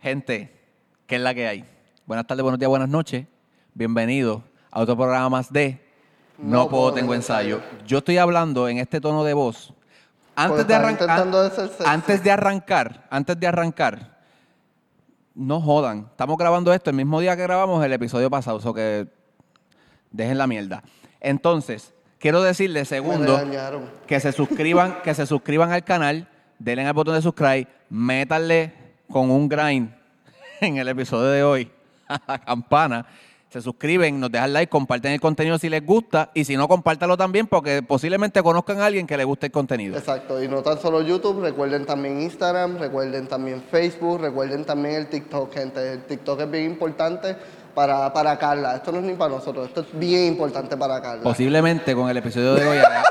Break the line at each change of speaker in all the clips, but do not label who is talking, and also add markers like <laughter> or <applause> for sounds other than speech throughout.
Gente, ¿qué es la que hay? Buenas tardes, buenos días, buenas noches. Bienvenidos a otro programa más de No, puedo, tengo ensayo. Yo estoy hablando en este tono de voz. Antes de,
estás
arrancar,
intentando de ser sexy.
antes de arrancar, antes de arrancar, no jodan. Estamos grabando esto el mismo día que grabamos el episodio pasado, o que dejen la mierda. Entonces, quiero decirles, segundo,
regañaron.
que se suscriban, que se suscriban al canal, denle al botón de subscribe, métanle con un grind en el episodio de hoy a la campana. Se suscriben, nos dejan like, comparten el contenido si les gusta y si no, compártalo también porque posiblemente conozcan a alguien que le guste el contenido.
Exacto, y no tan solo YouTube, recuerden también Instagram, recuerden también Facebook, recuerden también el TikTok, gente. El TikTok es bien importante para, para Carla. Esto no es ni para nosotros, esto es bien importante para Carla.
Oh, Posiblemente con el episodio de hoy. haga-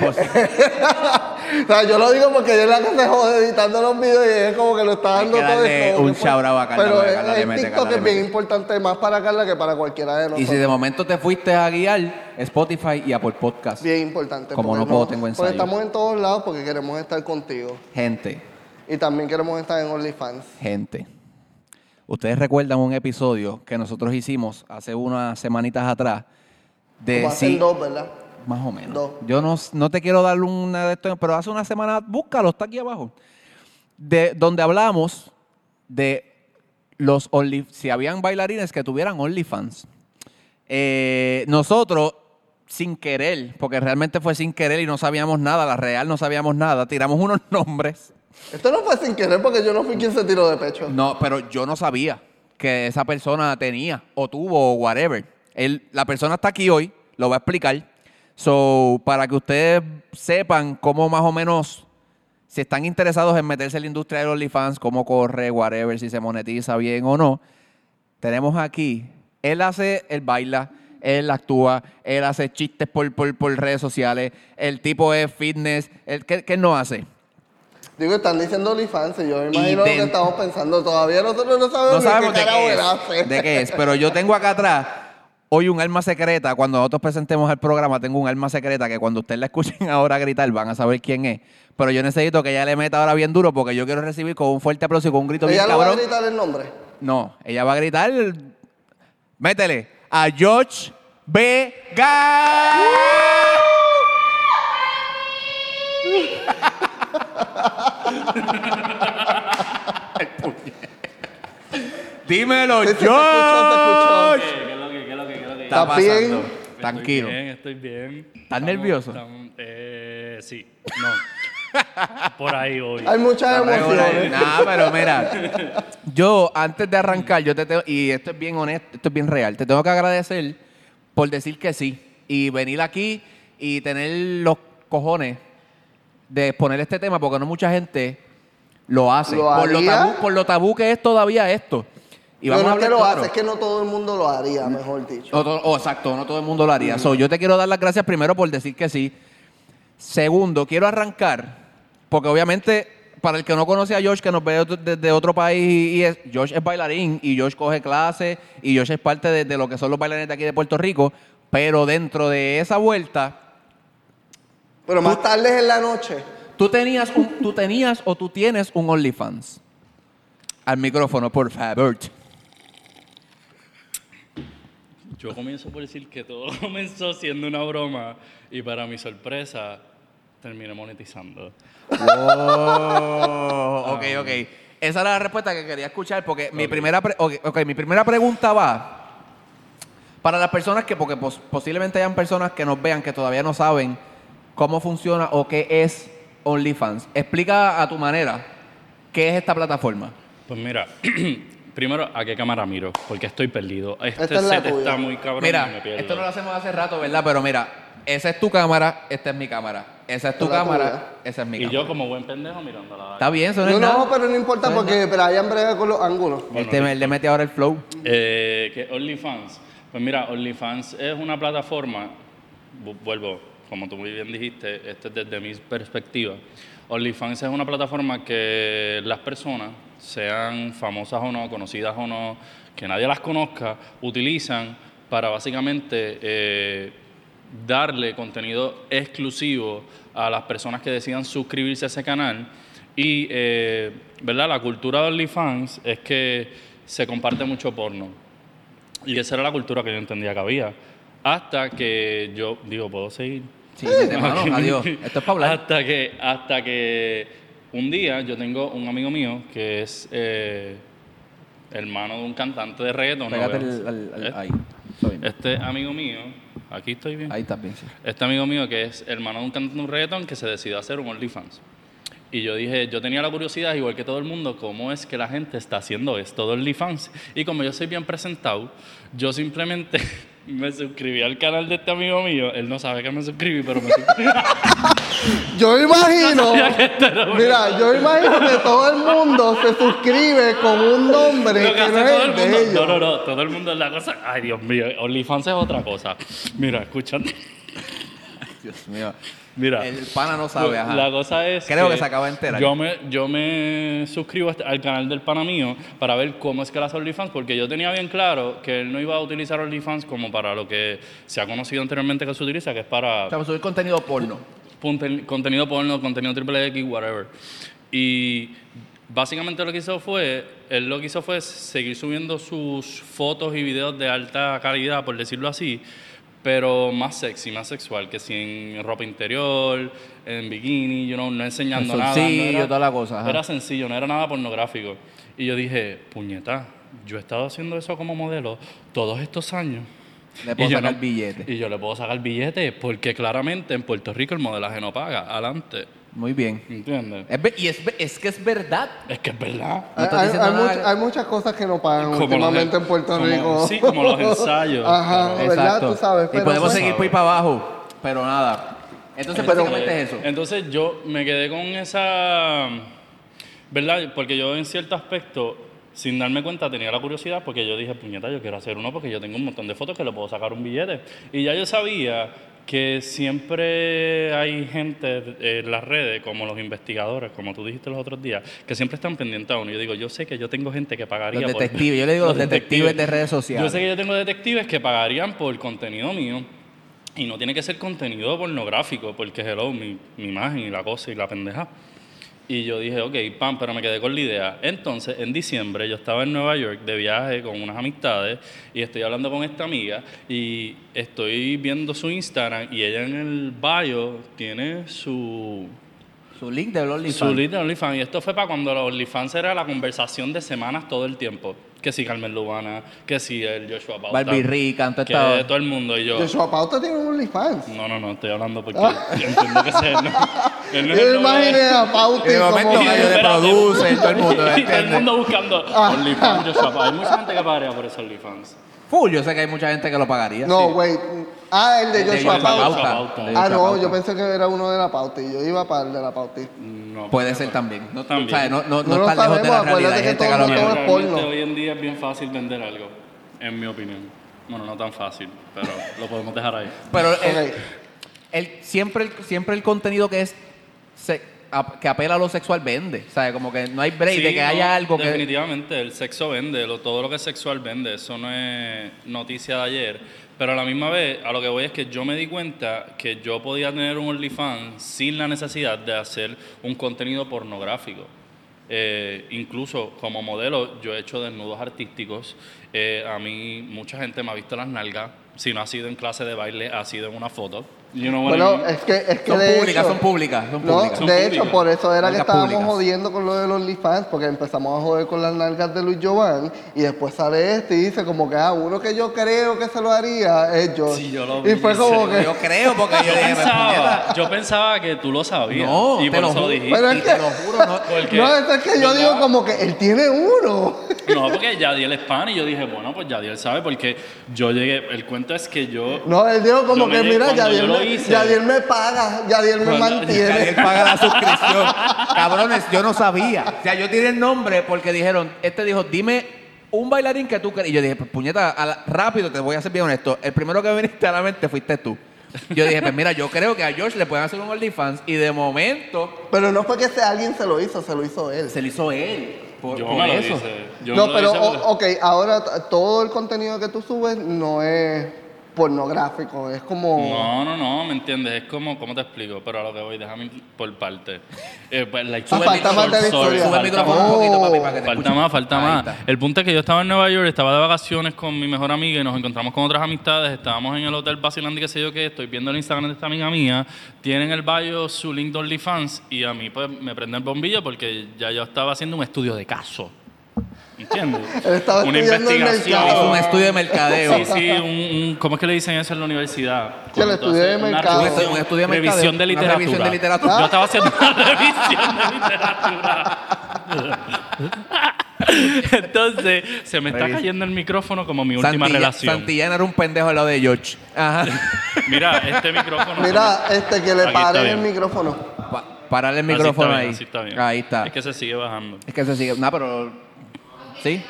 Pos-
O sea, yo lo digo porque yo es la que se jode editando los videos y es como que lo está
Hay
dando
que
todo
darle
esto. pues,
un shout out a Carla,
Pero
porque Carla
el,
le
el
mete,
TikTok
Carla le
es bien
mete.
importante más para Carla que para cualquiera de
y
nosotros.
si de momento te fuiste a guiar, Spotify y Apple Podcast.
Bien importante.
Como
porque
no puedo, tengo ensayo.
Porque estamos en todos lados porque queremos estar contigo.
Gente,
Y también queremos estar en OnlyFans.
gente. Ustedes recuerdan un episodio que nosotros hicimos hace unas semanitas atrás de
Como hacen
si-
dos, ¿verdad?
Más o menos.
Dos.
Yo no, no te quiero dar una de esto, pero hace una semana, búscalo, está aquí abajo. De, donde hablamos de los only, si habían bailarines que tuvieran OnlyFans. Eh, nosotros, sin querer, porque realmente fue sin querer y no sabíamos nada, la real no sabíamos nada, tiramos unos <laughs> nombres.
Esto no fue sin querer porque yo no fui quien se tiró de pecho.
No, pero yo no sabía que esa persona tenía o tuvo o whatever. Él- la persona está aquí hoy, lo va a explicar. So, para que ustedes sepan cómo más o menos, si están interesados en meterse en la industria de los OnlyFans, cómo corre, whatever, si se monetiza bien o no, tenemos aquí, él hace, él baila, él actúa, él hace chistes por, por, por redes sociales, el tipo es fitness, él, ¿qué, qué no hace?
Digo, están diciendo OnlyFans y yo me imagino
de-
lo que estamos pensando. Todavía nosotros no
No
sabemos,
sabemos
ni
de
qué
qué,
carajo
es, de qué es, pero yo tengo acá atrás hoy un alma secreta. Cuando nosotros presentemos el programa, tengo un alma secreta que cuando ustedes la escuchen <laughs> ahora gritar van a saber quién es. Pero yo necesito que ella le meta ahora bien duro porque yo quiero recibir con un fuerte aplauso y con un grito bien
Ella no va a
cabrón.
gritar el nombre.
No, ella va a gritar. Métele a George
<laughs>
Vega. Ay, puñe. Dímelo,
Sí, sí, se escuchó,
George.
se escuchó.
Eh, ¿Qué es lo que, qué es lo que, qué es lo que?
Está
¿Estás bien?
pasando. Tranquilo.
Estoy bien, estoy bien.
¿Estás nervioso?
estamos- eh, sí, no.
<laughs>
Por ahí hoy.
Hay muchas emociones.
Nah, pero mira, yo antes de arrancar, yo te tengo, y esto es bien honesto, esto es bien real, te tengo que agradecer por decir que sí y venir aquí y tener los cojones de exponer este tema porque no mucha gente lo hace.
¿Lo
por, lo
haría?
tabú, por lo tabú que es todavía esto. Y
Yo
vamos a
no que
hablar
lo
claro.
hace, es que no todo el mundo lo haría, mejor dicho.
No todo- oh, exacto, no todo el mundo lo haría. So, yo te quiero dar las gracias primero por decir que sí. Segundo, quiero arrancar, porque obviamente, para el que no conoce a Josh, que nos ve otro- desde otro país, y, y es, Josh es bailarín, y Josh coge clases, y Josh es parte de, de lo que son los bailarines de aquí de Puerto Rico, pero dentro de esa vuelta,
Pero más tarde es en la noche.
tú tenías, un- tú tenías o tú tienes un OnlyFans. Al micrófono, por favor.
Yo comienzo por decir que todo <laughs> comenzó siendo una broma y para mi sorpresa terminé monetizando.
Oh, ok, ok. Esa era la respuesta que quería escuchar porque mi,
Ok.
primera pre- ok, ok, mi primera pregunta va para las personas que, porque pos- posiblemente hayan personas que nos vean que todavía no saben cómo funciona o qué es OnlyFans. Explica a tu manera qué es esta plataforma.
Pues mira, <clears throat> primero, ¿a qué cámara miro? Porque estoy perdido. Este
Esta es la
set
tuya.
está muy cabrón y me
Mira,
pierdo.
esto no lo hacemos hace rato, ¿verdad? Pero mira, esa es tu cámara, esta es mi cámara. Esa es tu
Hola,
cámara,
tuya.
esa es mi
y
cámara.
yo como buen pendejo mirándola.
Está bien, eso no,
No,
es
no,
nada.
pero no importa
No es
porque Brian brega con los ángulos.
Él te- él le mete ahora el flow.
Eh, que OnlyFans. Pues mira, OnlyFans es una plataforma, vu- vuelvo, como tú muy bien dijiste, este es desde mi perspectiva. OnlyFans es una plataforma que las personas, sean famosas o no, conocidas o no, que nadie las conozca, utilizan para básicamente eh, darle contenido exclusivo a las personas que decidan suscribirse a ese canal Y, eh, ¿verdad? La cultura de OnlyFans es que se comparte mucho porno. Y esa era la cultura que yo entendía que había. Hasta que yo, digo, ¿puedo seguir?
Sí, vete, mano, adiós. Esto es para hablar.
Hasta que, hasta que un día yo tengo un amigo mío que es eh, hermano de un cantante de reggaeton. Ah, ¿no?
Pégate el, al- al-
Eh,
ahí. Está bien.
Este amigo mío, aquí estoy bien.
Ahí también, sí.
Este amigo mío que es hermano de un cantante de un reggaeton que se decidió hacer un OnlyFans. Y yo dije, yo tenía la curiosidad, igual que todo el mundo, cómo es que la gente está haciendo esto de OnlyFans. Y como yo soy bien presentado, yo simplemente <laughs> me suscribí al canal de este amigo mío. Él no sabe que me suscribí, pero
<laughs>
me suscribí.
Yo
<laughs>
imagino, mira, yo imagino que todo el mundo se suscribe con un nombre
Lo
que,
que hace
no
todo el
es el de
mundo. No,
ellos.
no, no. Todo el mundo es la cosa. Ay, Dios mío. OnlyFans es otra cosa. Mira, escúchate.
Dios mío.
Mira.
El pana no sabe, ajá.
La cosa es.
Creo que se acaba de enterar.
Yo me, yo me suscribo hasta- al canal del pana mío para ver cómo es que las OnlyFans, porque yo tenía bien claro que él no iba a utilizar OnlyFans como para lo que se ha conocido anteriormente que se utiliza, que es para
O sea, subir contenido porno.
punten- contenido porno, contenido triple X, whatever. Y básicamente lo que hizo fue, él lo que hizo fue seguir subiendo sus fotos y videos de alta calidad, por decirlo así, pero más sexy, más sexual, que sin ropa interior, en bikini, you know, no enseñando
Con
nada.
solcillo,
no era-
toda la cosa, ajá.
Era sencillo, no era nada pornográfico. Y yo dije, puñeta, yo he estado haciendo eso como modelo todos estos años.
Le puedo
Y yo
sacar
no-
billete.
Y yo le puedo sacar billete porque claramente en Puerto Rico el modelaje no paga. Adelante.
Muy bien.
¿Entiendes?
Es ve- y es, ve- es que es verdad.
Es que es verdad.
No
Hay,
estás
hay-
diciendo
hay
nada.
much- hay muchas cosas que no pagan
Como
Ah, últimamente
los-
en Puerto
como-
Rico.
sí, como
<laughs>
los ensayos.
Ajá,
Pero-
¿verdad? Tú sabes.
y podemos
pues-
seguir por ahí para abajo. Pero nada. Entonces,
Pero-
básicamente es eso.
Entonces yo me quedé con esa. ¿Verdad? Porque yo en cierto aspecto, sin darme cuenta, tenía la curiosidad porque yo dije, puñeta, yo quiero hacer uno porque yo tengo un montón de fotos que le puedo sacar un billete. Y ya yo sabía que siempre hay gente en las redes, como los investigadores, como tú dijiste los otros días, que siempre están pendientes a uno. Yo digo, yo sé que yo tengo gente que pagaría
Los
por-
detectives,
<laughs>
yo le digo los detectives de redes sociales.
Yo sé que yo tengo detectives que pagarían por contenido mío. Y no tiene que ser contenido pornográfico, porque hello, mi, mi imagen y la cosa y la pendeja. Y yo dije, ok, pam, pero me quedé con la idea. Entonces, en diciembre, yo estaba en Nueva York de viaje con unas amistades y estoy hablando con esta amiga y estoy viendo su Instagram y ella en el bio tiene su,
Su link de los
su lead de OnlyFans. Y esto fue para cuando los OnlyFans era la conversación de semanas todo el tiempo. Que si Carmen Lubana, que si el Joshua Bauta.
Barbie Rican, todo
que
estaba-
todo el mundo y yo.
Joshua Pauta tiene un OnlyFans.
No, no, no, estoy hablando porque yo entiendo que se no, él no es el
Yo
nombre de-
imaginé a Pauti
Y de momento,
como...
ay, yo de
Espérate.
producer, todo el mundo,
Y todo el
¿entiendes?
mundo buscando OnlyFans, Joshua Bauta. Hay mucha gente que pagaría por esos OnlyFans.
Full, yo sé que hay mucha gente que lo pagaría.
No, wait. Ah, el de Joshua
Joshua
Pauta.
Bauta.
Bauta.
De
Ah,
Joshua
no,
Bauta.
yo pensé que era uno de la Pauti. Yo iba para el de la Pauti.
No,
Puede ser también. No,
También.
o sea, no, no, no
No lo
está lejos de la
sabemos,
realidad. Hay
acuérdate que
gente que
todo
lo
el mundo-
paga.
es
Realmente
porno.
hoy en día es bien fácil vender algo, en mi opinión. Bueno, no tan fácil, pero lo podemos dejar ahí.
Pero el,
Ok.
el- siempre, el, siempre el contenido que es se- ap- que apela a lo sexual vende. O sea, como que no hay break
Sí,
de que
no,
haya algo que.
Definitivamente, el sexo vende, lo- todo lo que es sexual vende, eso no es noticia de ayer. Pero a la misma vez, a lo que voy es que yo me di cuenta que yo podía tener un OnlyFans sin la necesidad de hacer un contenido pornográfico. Eh, incluso como modelo, yo he hecho desnudos artísticos. Eh, a mí, mucha gente me ha visto las nalgas. Si no ha sido en clase de baile, ha sido en una foto. You know what I
Bueno,
mean?
eh,
es que, es que
Son
de
públicas,
hecho-
son públicas, son
No,
públicas.
Son
de
públicas.
hecho, por eso era que
Nalgas
estábamos
públicas.
jodiendo con lo de los OnlyFans, porque empezamos a joder con las nalgas de Luis Giovanni, y después sale este y dice como que, ah, uno que yo creo que se lo haría es yo.
Sí, yo lo
y
vi,
fue
en
como
serio,
que...
Yo creo, porque yo
Yo
dije, pues, puñeta.
pensaba, yo pensaba que tú lo sabías.
No,
y
te
por
lo
eso lo
juro.
dijiste.
Pero
y
es
te
que-
lo juro, no.
Porque-
No, eso es que yo
¿verdad?
digo como que él tiene uno.
Pues No, porque Yadiel es pan y yo dije, bueno, pues Yadiel sabe porque yo llegué, el cuento es que yo...
No, él dijo como
Yo
que,
me-
mira,
cuando
Yadiel
yo lo
me,
hice-
Yadiel me paga, Yadiel me
Cuando-
Él <laughs>
mantiene.
paga la suscripción. Cabrones, yo no sabía. O sea, yo tiré el nombre porque dijeron, este dijo, dime un bailarín que tú crees. Y yo dije, pues puñeta, a la- rápido, te voy a ser bien honesto. El primero que viniste a la mente fuiste tú. Yo dije, pues mira, yo creo que a George le pueden hacer un OnlyFans. Y de momento
Pero no fue que ese alguien se lo hizo, se lo hizo él.
se lo hizo él. Por,
yo
por
me lo
eso.
hice. Yo me
no,
lo
pero,
hice
o-
porque-
ok, ahora t- todo el contenido que tú subes no es pornográfico. Es como.
No, no, no, ¿me entiendes? Es como, ¿cómo te explico? Pero a lo que voy, déjame ir por parte. Eh, pues, like,
Ah,
sube
falta
mi-
más de la
sorry,
historia.
falta
Sube el micrófono un
Oh.
poquito, papi, para que te
Falta
escuchen.
más, falta
Ahí
más.
está.
El punto es que yo estaba en Nueva York, estaba de vacaciones con mi mejor amiga y nos encontramos con otras amistades. Estábamos en el hotel vacilando y qué sé yo qué. Estoy viendo el Instagram de esta amiga mía. Tiene en el bio su link de OnlyFans y a mí pues me prende el bombillo porque ya yo estaba haciendo un estudio de caso.
<laughs>
¿Entiendes?
Él estaba
Una
estudiando el
investigación.
mercado.
Es un estudio Ah, de mercadeo.
Sí, sí, un, un- ¿cómo es que le dicen eso en la universidad?
Sí, el estudio de
Cuando tú haces
mercado.
una
Un
estu-
estudio, un estudio de
revisión
mercadeo,
de literatura.
una Revisión de literatura.
Ah.
Yo estaba haciendo una <laughs> revisión de literatura. Entonces, se me está
Revisión.
cayendo el micrófono como mi última
Santilla-
relación.
Santillana era un pendejo al lado de George.
<laughs>
Ajá.
Mira, este micrófono.
Mira, este que
Aquí
le
está
paren el
bien.
micrófono. <laughs>
Pa- pararle el
Así está
micrófono
bien,
ahí.
así está bien.
Ahí está.
Es que se sigue bajando.
se sigue. No, pero. ¿Sí?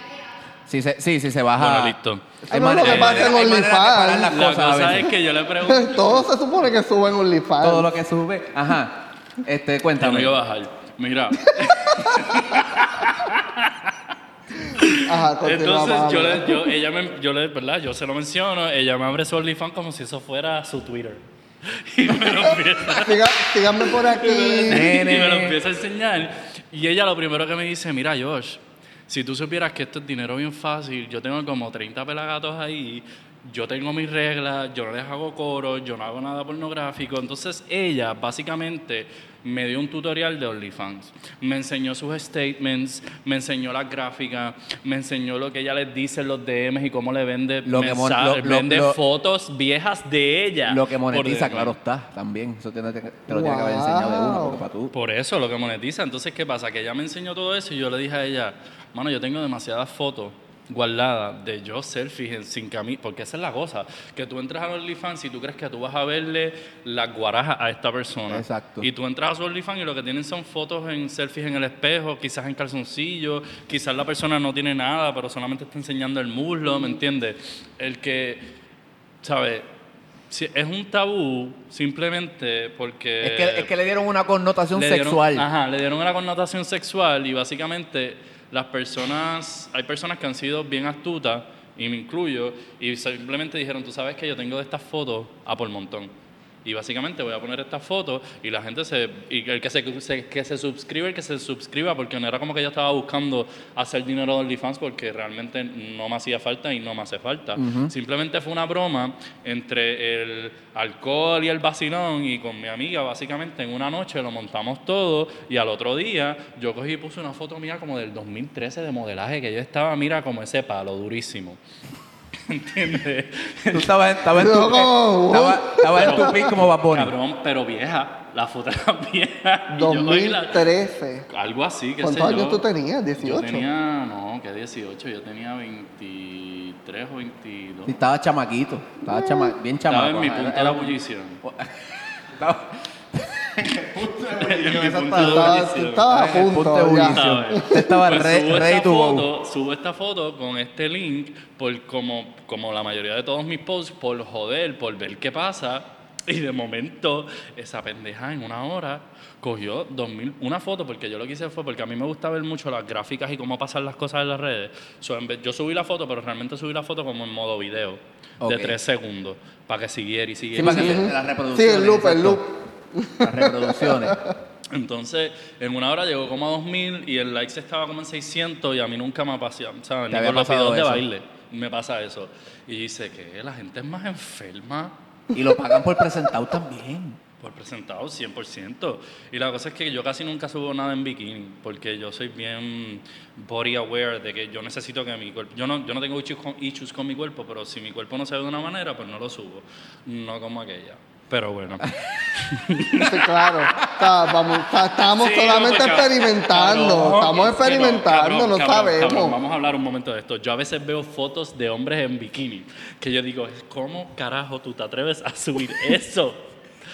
Sí, se, sí, sí, se baja.
Bueno, listo.
Eso no es lo que
manera-
pasa en
hay manera de parar las
OnlyFans.
La
cosas a
cosa
veces.
es que yo le pregunto.
Todo se supone que suben OnlyFans.
Todo lo que sube. Ajá. Este,
Ya no
cuéntame.
iba a bajar. Mira.
Ajá, continúa,
Entonces yo
vamos.
le, yo, ella me, yo le, ¿verdad? Yo se lo menciono, ella me abre su OnlyFans como si eso fuera su Twitter. <laughs> Y me lo empieza,
Siga- síganme
<laughs>
por aquí.
y
Nene.
me lo empieza a enseñar. Y ella lo primero que me dice, mira Josh, si tú supieras que esto es dinero bien fácil, yo tengo como 30 pelagatos ahí, yo tengo mis reglas, yo no les hago coro, yo no hago nada pornográfico. Entonces ella básicamente me dio un tutorial de OnlyFans. Me enseñó sus statements, me enseñó las gráficas, me enseñó lo que ella les dice en los DMs y cómo le vende,
Lo que mon-
mensajes,
lo- lo-
vende
lo-
fotos viejas de ella.
Lo que
por
monetiza,
DM.
claro está, también. Eso tiene que- te lo tiene que haber enseñado de uno,
Wow.
porque para tú.
Por eso, lo que monetiza. Entonces, ¿qué pasa? Que ella me enseñó todo eso y yo le dije a ella, mano, yo tengo demasiadas fotos guardadas de yo selfies en- sin camisa, porque esa es la cosa, que tú entras a OnlyFans y tú crees que tú vas a verle las guarajas a esta persona.
Exacto.
Y tú entras a su OnlyFans y lo que tienen son fotos en selfies en el espejo, quizás en calzoncillo, quizás la persona no tiene nada, pero solamente está enseñando el muslo, ¿me entiendes? El que, ¿sabes? Si- Es un tabú simplemente porque...
Es que, es que le dieron una connotación
Pues- Le dieron-
sexual.
Ajá, le dieron una connotación sexual y básicamente las personas, hay personas que han sido bien astutas, y me incluyo, y simplemente dijeron, tú sabes que yo tengo de estas fotos a por montón. Y básicamente voy a poner estas fotos y la gente se... Y el que se, se- que se suscribe, el que se suscriba, porque no era como que yo estaba buscando hacer dinero de OnlyFans porque realmente no me hacía falta y no me hace falta. Simplemente fue una broma entre el alcohol y el vacilón y con mi amiga básicamente en una noche lo montamos todo y al otro día yo cogí y puse una foto mía como del 2013 de modelaje que yo estaba, mira, como ese palo durísimo. <laughs> ¿Entiendes?
Tú estabas, estabas en tu,
Loco,
estabas- estabas en tu pick como Bad Bunny.
Cabrón, pero vieja. La foto era vieja. Y yo cogí la-
2013.
algo así, qué
¿Cuántos
sé yo.
años tú tenías?
Yo
18.
tenía, no, que 18, yo tenía 23 o 22.
Y estaba chamaquito. Estaba chama, bien chamaco.
Estaba en mi
ajá,
punto
era-
de la
<laughs>
bullición.
estaba-
<laughs> En mi
esa
punto
estaba-
de la
Estabas estabas
bullición.
Estaba en
a
el punto de
punto. ya.
ebullición.
¿sabes? Pues
Usted estaba re-
subo
ready
esta
to go.
foto, Subo esta foto con este link, por, como, como la mayoría de todos mis posts, por joder, por ver qué pasa. Y de momento, esa pendeja en una hora cogió 2000, una foto, porque yo lo que hice fue, porque a mí me gusta ver mucho las gráficas y cómo pasan las cosas en las redes. So, en vez- yo subí la foto, pero realmente subí la foto como en modo video,
Ok.
de tres segundos, para que siguiera y
Sí,
siguiera. y
para que se- las
Sí,
reproducciones.
el loop, el
exacto.
loop.
Las reproducciones.
Entonces, en una hora llegó como a 2000 y el likes estaba como en 600 y a mí nunca me pasaba, ¿sabes?
Te
Ni
había
con los
pasado
videos de
eso.
baile me pasa eso. Y dice que la gente es más enferma
Y lo pagan por presentado también.
por presentado 100%. Y la cosa es que yo casi nunca subo nada en bikini porque yo soy bien body aware de que yo necesito que mi cuerpo... Yo no, yo no tengo issues con, issues con mi cuerpo, pero si mi cuerpo no se ve de una manera, pues no lo subo. No como aquella. Pero bueno.
Sí, claro. Está- vamos- está- estamos
Sí,
solamente
no, porque-
experimentando.
cabrón,
estamos
es que no,
experimentando,
cabrón,
no
cabrón,
sabemos.
cabrón, vamos a hablar un momento de esto. Yo a veces veo fotos de hombres en bikini que yo digo, ¿cómo carajo tú te atreves a subir
<laughs>
eso?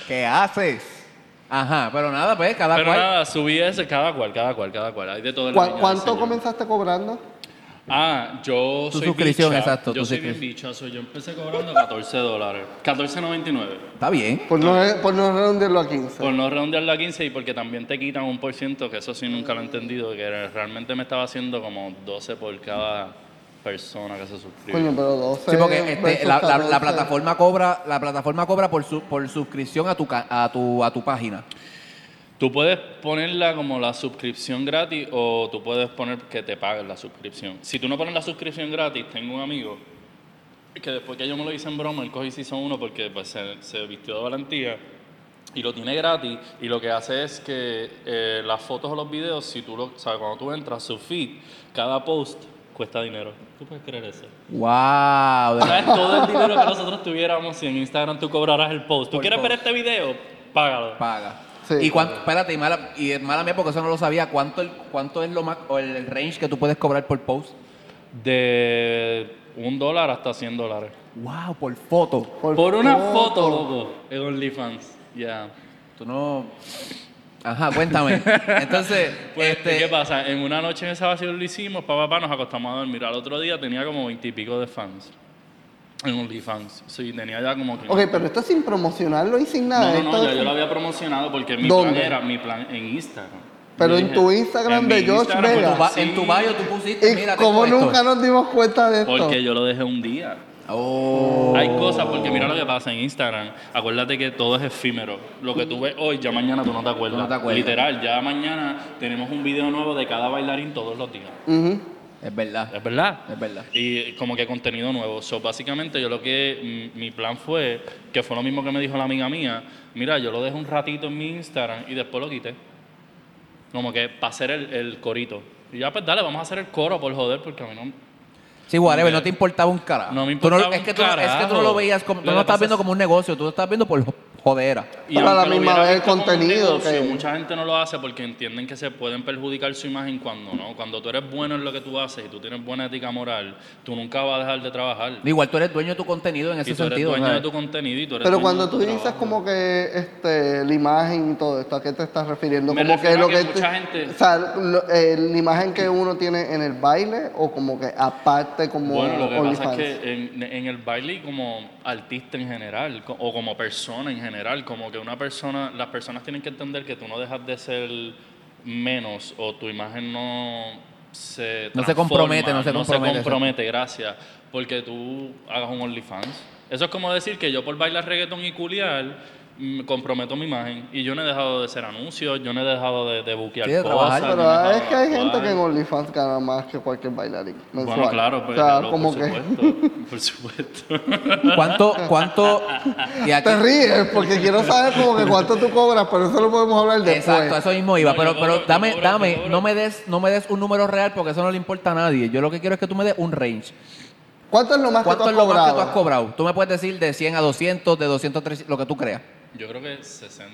¿Qué haces? Ajá, pero nada, pues, cada
Pero
cual.
nada, subí ese, cada cual, cada cual, cada cual. Hay de todo en la
¿Cuá-
viña del
¿Cuánto
señor.
comenzaste cobrando?
Ah, yo
Tu
soy
suscripción,
bicha.
exacto,
Yo
tu
soy bien
suscripción.
bicha, so yo empecé cobrando 14 dólares. 14.99.
Está bien.
Por no, por no redondearlo a 15.
Por no redondearlo a 15 y porque también te quitan un por ciento, que eso sí nunca lo he entendido, que realmente me estaba haciendo como 12 por cada personas que se
Coño,
suscriben.
pero 12.
Sí, porque este,
versus
la, la- la
14.
plataforma cobra, la plataforma cobra por, su- por suscripción a tu, ca- a, tu, a tu página.
Tú puedes ponerla como la suscripción gratis o tú puedes poner que te paguen la suscripción. Si tú no pones la suscripción gratis, tengo un amigo que después que yo me lo hice en broma, él cogió y se hizo uno porque pues, se, se vistió de valentía y lo tiene gratis y lo que hace es que eh, las fotos o los videos, si tú lo, sabes, cuando tú entras a su feed, cada post cuesta dinero. ¿Tú puedes
<laughs>
creer eso?
¡Wow!
¿Sabes? Todo el dinero que nosotros tuviéramos, si en Instagram tú cobrarás el post. ¿Tú
Por
quieres
post.
ver este video? Págalo.
paga.
Sí.
y cuánto, espérate, y mala, y mala mía porque eso no lo sabía. ¿Cuánto, el- cuánto es lo más, o el, el range que tú puedes cobrar por post?
De un dólar hasta 100 dólares.
¡Wow! Por foto.
Por una
poco.
foto, loco. En OnlyFans. Ya.
Tú no. Ajá,
<laughs>
cuéntame. Entonces,
Pues,
este,
¿qué pasa? En una noche en esa vacío lo hicimos, papá, papá, nos acostamos a dormir. Al otro día tenía como veintipico de fans. En OnlyFans. Sí, tenía ya como que.
Ok, pero esto es sin promocionarlo y sin nada.
No, no, no,
esto
ya
es-
yo lo había promocionado porque mi
¿Dónde?
plan era mi plan en Instagram.
Pero
Yo
en tu Instagram de
mi
George
pues,
Vega.
tu ba-
sí,
en tu bio tú pusiste.
Y
Mira, tengo
como
esto.
nunca nos dimos cuenta de esto.
Porque yo lo dejé un día.
Oh.
Hay cosas, porque mira lo que pasa en Instagram. Acuérdate que todo es efímero. Lo que tú ves hoy, ya mañana tú no te acuerdas.
Tú no te acuerdas.
Literal, ya mañana tenemos un video nuevo de cada bailarín todos los días.
Ujú.
Es verdad.
Es verdad.
Es verdad.
Y como que contenido nuevo. So, básicamente, yo lo que. mm, Mi plan fue, que fue lo mismo que me dijo la amiga mía. Mira, yo lo dejé un ratito en mi Instagram y después lo quité. Como que para hacer el, el corito. Y ya, pues dale, vamos a hacer el coro por joder, porque a mí no.
Sí, whatever, no te importaba un carajo.
No me
Tú
importaba
es, que
un
tú, no- es que tú no
carajo.
lo veías como. Tú no
Lo que
lo estás
pasa
viendo
es-
como un negocio, tú lo estás viendo por jo- jodera.
Pero a la
aunque lo
misma
hubiera
vez
visto como un
contenido,
negocio,
que-
Mucha gente no lo hace porque entienden que se pueden perjudicar su imagen cuando no. Cuando tú eres bueno en lo que tú haces y tú tienes buena ética moral, tú nunca vas a dejar de trabajar.
Igual tú eres dueño de tu contenido en
Y
ese
tú eres
sentido.
dueño de
¿sabes?
tu contenido y tú eres
Pero
dueño
cuando
de tu
tú dices
trabajo.
como que este, la imagen y todo esto, ¿a qué te estás refiriendo?
Me
como
refiero a que
te-
mucha gente-
O sea, lo- eh, la imagen que uno tiene en el baile o como que aparte como
Bueno, lo que pasa
OnlyFans.
es que en, en el baile y como artista en general, co- o como persona en general, como que una persona, las personas tienen que entender que tú no dejas de ser menos o tu imagen no se
No se
transforma,
compromete, no se compromete,
se compromete, gracias, porque tú hagas un OnlyFans. Eso es como decir que yo por bailar reggaetón y culiar mm, comprometo mi imagen y yo no he dejado de hacer anuncios, yo no he dejado de, de buquear
Sí, de trabajar.
cosas. yo no he
Pero
dejado
es
de
que hay
actuar.
gente que en OnlyFans gana más que cualquier bailarín mensual.
Bueno, claro,
o
pues,
sea,
claro,
como
por
que
supuesto, por supuesto.
¿Cuánto, cuánto?
<laughs>
y aquí-
<laughs> te ríes porque quiero saber como que cuánto tú cobras, pero eso lo podemos hablar después.
Exacto, eso mismo iba.
No,
pero,
yo
pero
cobro, yo
dame,
cobro, yo
dame,
cobro.
no me des, no me des un número real porque eso no le importa a nadie. Yo lo que quiero es que tú me des un range.
¿Cuánto es lo más que tú
¿Cuánto
has
es lo más que
cobrado?
tú has cobrado? Tú me puedes decir de 100 a 200, de 200 a 300, lo que tú creas.
Yo creo que 60.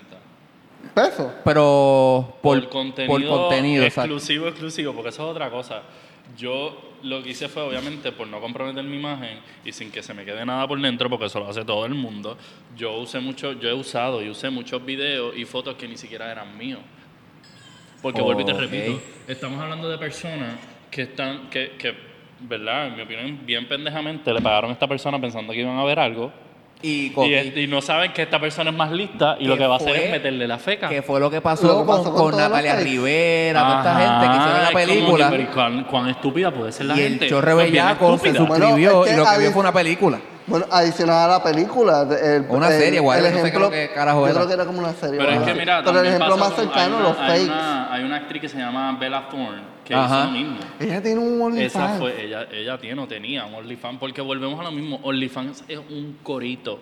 ¿Peso?
Pero por, por
contenido,
contenido, exacto.
exclusivo, exclusivo, porque eso es otra cosa. Yo lo que hice fue, obviamente, por no comprometer mi imagen y sin que se me quede nada por dentro, porque eso lo hace todo el mundo, yo usé mucho, yo he usado y usé muchos videos y fotos que ni siquiera eran míos. Porque vuelvo y te
Ok.
repito, estamos hablando de personas que están, que, que, ¿verdad? En mi opinión, bien pendejamente le pagaron a esta persona pensando que iban a ver algo.
Y, con-
Y, es- y no saben que esta persona es más lista y lo
Que
que va a hacer
fue-
es meterle la feca.
que fue lo que pasó,
Lo que pasó
con,
con
con
todos los
Natalia
fakes.
Rivera, toda esta gente que hicieron
Ajá,
la
es como que,
película.
pero ¿y ¿cuán, cuán estúpida puede ser la
y
gente?
el chorre
Pues bien
bellaco se
estúpida.
Bueno,
suscribió
es que
y lo que
habéis-
vio fue una película.
Bueno, adicional a la película. de- El,
O una
el-
serie, guay,
el
no sé
ejemplo,
qué carajo
yo
era.
creo que era como una serie.
Pero es
guay.
que
Pero
mira,
el
también
ejemplo
pasa
más
con-
cercano,
hay
los
una- hay
fakes.
una, hay una actriz que se llama Bella Thorne que
Ajá.
hizo lo mismo.
Ella tiene un
Esa
OnlyFans.
fue, ella, ella tiene o tenía un OnlyFans, porque volvemos a lo mismo, OnlyFans es un corito.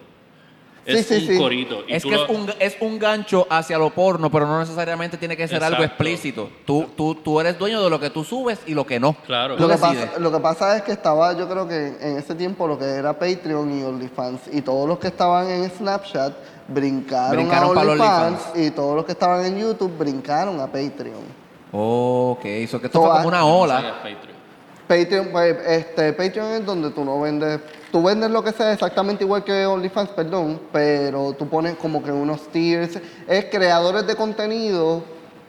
Sí,
Es
sí,
un
sí.
corito. Y
Es
tú
que
lo-
es un, es un gancho hacia lo porno, pero no necesariamente tiene que ser algo
Exacto.
explícito. Tú, tú, tú eres dueño de lo que tú subes y lo que no.
Claro.
Tú
Lo que,
decides.
pasa, lo que pasa es que estaba, yo creo que en ese tiempo lo que era Patreon y OnlyFans y todos los que estaban en Snapchat brincaron,
Brincaron
a
para los
OnlyFans y todos los que estaban en YouTube brincaron a Patreon.
Ok, eso que esto fue
Toda-
como una
Sí,
ola.
es Patreon.
Patreon, pues, este, Patreon es donde tú no vendes, tú vendes lo que sea exactamente igual que OnlyFans, perdón, pero tú pones como que unos tiers, es creadores de contenido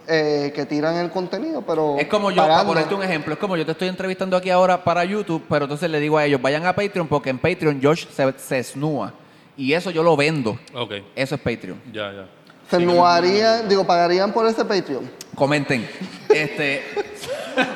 eh, que tiran el contenido, pero
Es como yo, para
pagando.
ponerte un ejemplo, es como yo te estoy entrevistando aquí ahora para YouTube, pero entonces le digo a ellos, vayan a Patreon porque en Patreon Josh se, se esnúa. Y eso yo lo vendo.
Ok,
Eso es Patreon.
ya, ya.
se nuarían, digo, pagarían por ese Patreon.
Comenten. Este,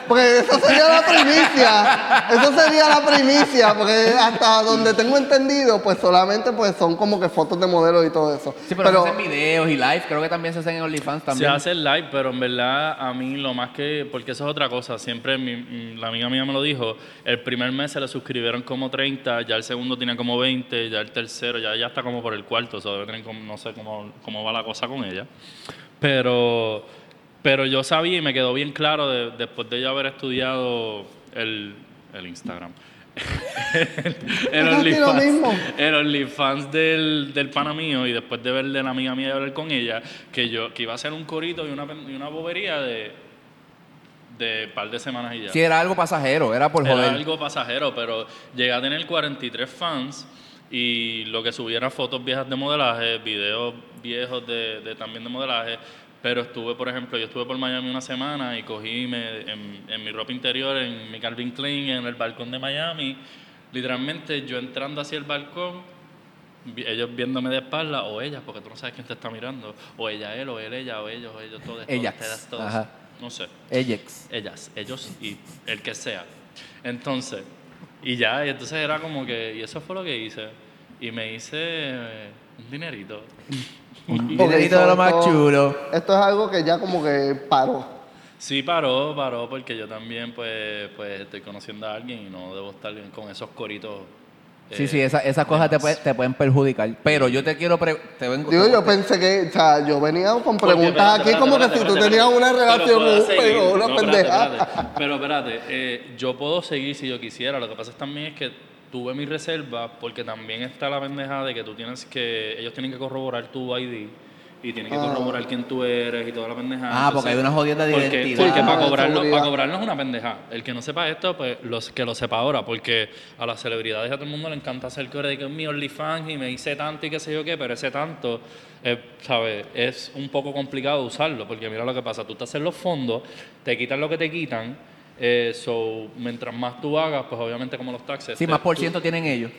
Porque esa sería la primicia. Eso sería la primicia. Porque hasta donde tengo entendido, pues solamente pues son como que fotos de modelos y todo eso.
<laughs> Sí, pero, se hacen videos y live. Creo que también se hacen en OnlyFans
Se
también.
hace el live, pero en verdad a mí lo más que... Porque eso es otra cosa. Siempre mi- mm, la amiga mía me lo dijo. El primer mes se le suscribieron como 30, ya el segundo tiene como 20, ya el tercero, ya, ya está como por el cuarto. O sea, debe tener como- no sé cómo, cómo va la cosa con ella. Pero, pero yo sabía y me quedó bien claro de- después de yo haber estudiado el, el Instagram. <laughs> el,
Es casi lo
OnlyFans,
mismo.
el OnlyFans del, del pana mío y después de ver de la amiga mía y hablar con ella, que yo que iba a hacer un corito y una, pen- y una bobería de, de par de semanas y ya.
Sí, era algo pasajero. Era por
Era
joder.
algo pasajero, pero llegué a tener 43 fans y lo que subiera fotos viejas de modelaje, videos viejos de, de- también de modelaje. Pero estuve, por ejemplo, yo estuve por Miami una semana y cogí me- en, en mi ropa interior, en mi Calvin Klein, en el balcón de Miami. Literalmente yo entrando hacia el balcón, vi- ellos viéndome de espalda, o ellas, porque tú no sabes quién te está mirando, o ella, él, o él, ella, o ellos, o ellos, todos, todos,
Ellas,
todas, todos.
ajá.
No sé
Ajax.
ellas, ellos y el que sea. Entonces, y ya, y entonces era como que, y eso fue lo que hice. Y me hice eh, un dinerito.
Un
Porque
dinerito de
sobre
lo más
todo,
chulo.
Esto es algo que ya como que paró.
Sí, paró, paró, porque yo también pues, pues estoy conociendo a alguien y no debo estar con esos coritos. eh,
Sí, sí, esa- esas cosas te,
demás.
puede- te pueden perjudicar. Pero yo te quiero. pre- te vengo-
Digo,
te-
yo pensé que, o sea, yo venía con
Porque,
preguntas
espérate,
aquí como que
espérate,
si tú
espérate,
tenías una
espérate.
relación
Pero puedo seguir.
o una
No, espérate,
pendeja.
espérate. Pero espérate, eh, yo puedo seguir si yo quisiera. Lo que pasa es también es que tuve mi reserva porque también está la pendeja de que tú tienes que... Ellos tienen que corroborar tu ID y tienen
Ah.
que corroborar quién tú eres y toda la pendeja.
Ah, porque hay una jodienda de
porque-
identidad.
Porque para
Ah,
cobrarlo,
seguridad.
para cobrarlo es una pendeja. El que no sepa esto, pues los, que lo sepa ahora. Porque a las celebridades y a todo el mundo le encanta hacer que de que es mi OnlyFans y me hice tanto y qué sé yo qué, pero ese tanto, eh, ¿sabes? Es un poco complicado usarlo. Porque mira lo que pasa: tú te haces los fondos, te quitan lo que te quitan. eh, so, mientras más tú hagas, pues obviamente como los taxes.
Sí,
te-
más por
tú-
ciento tienen ellos.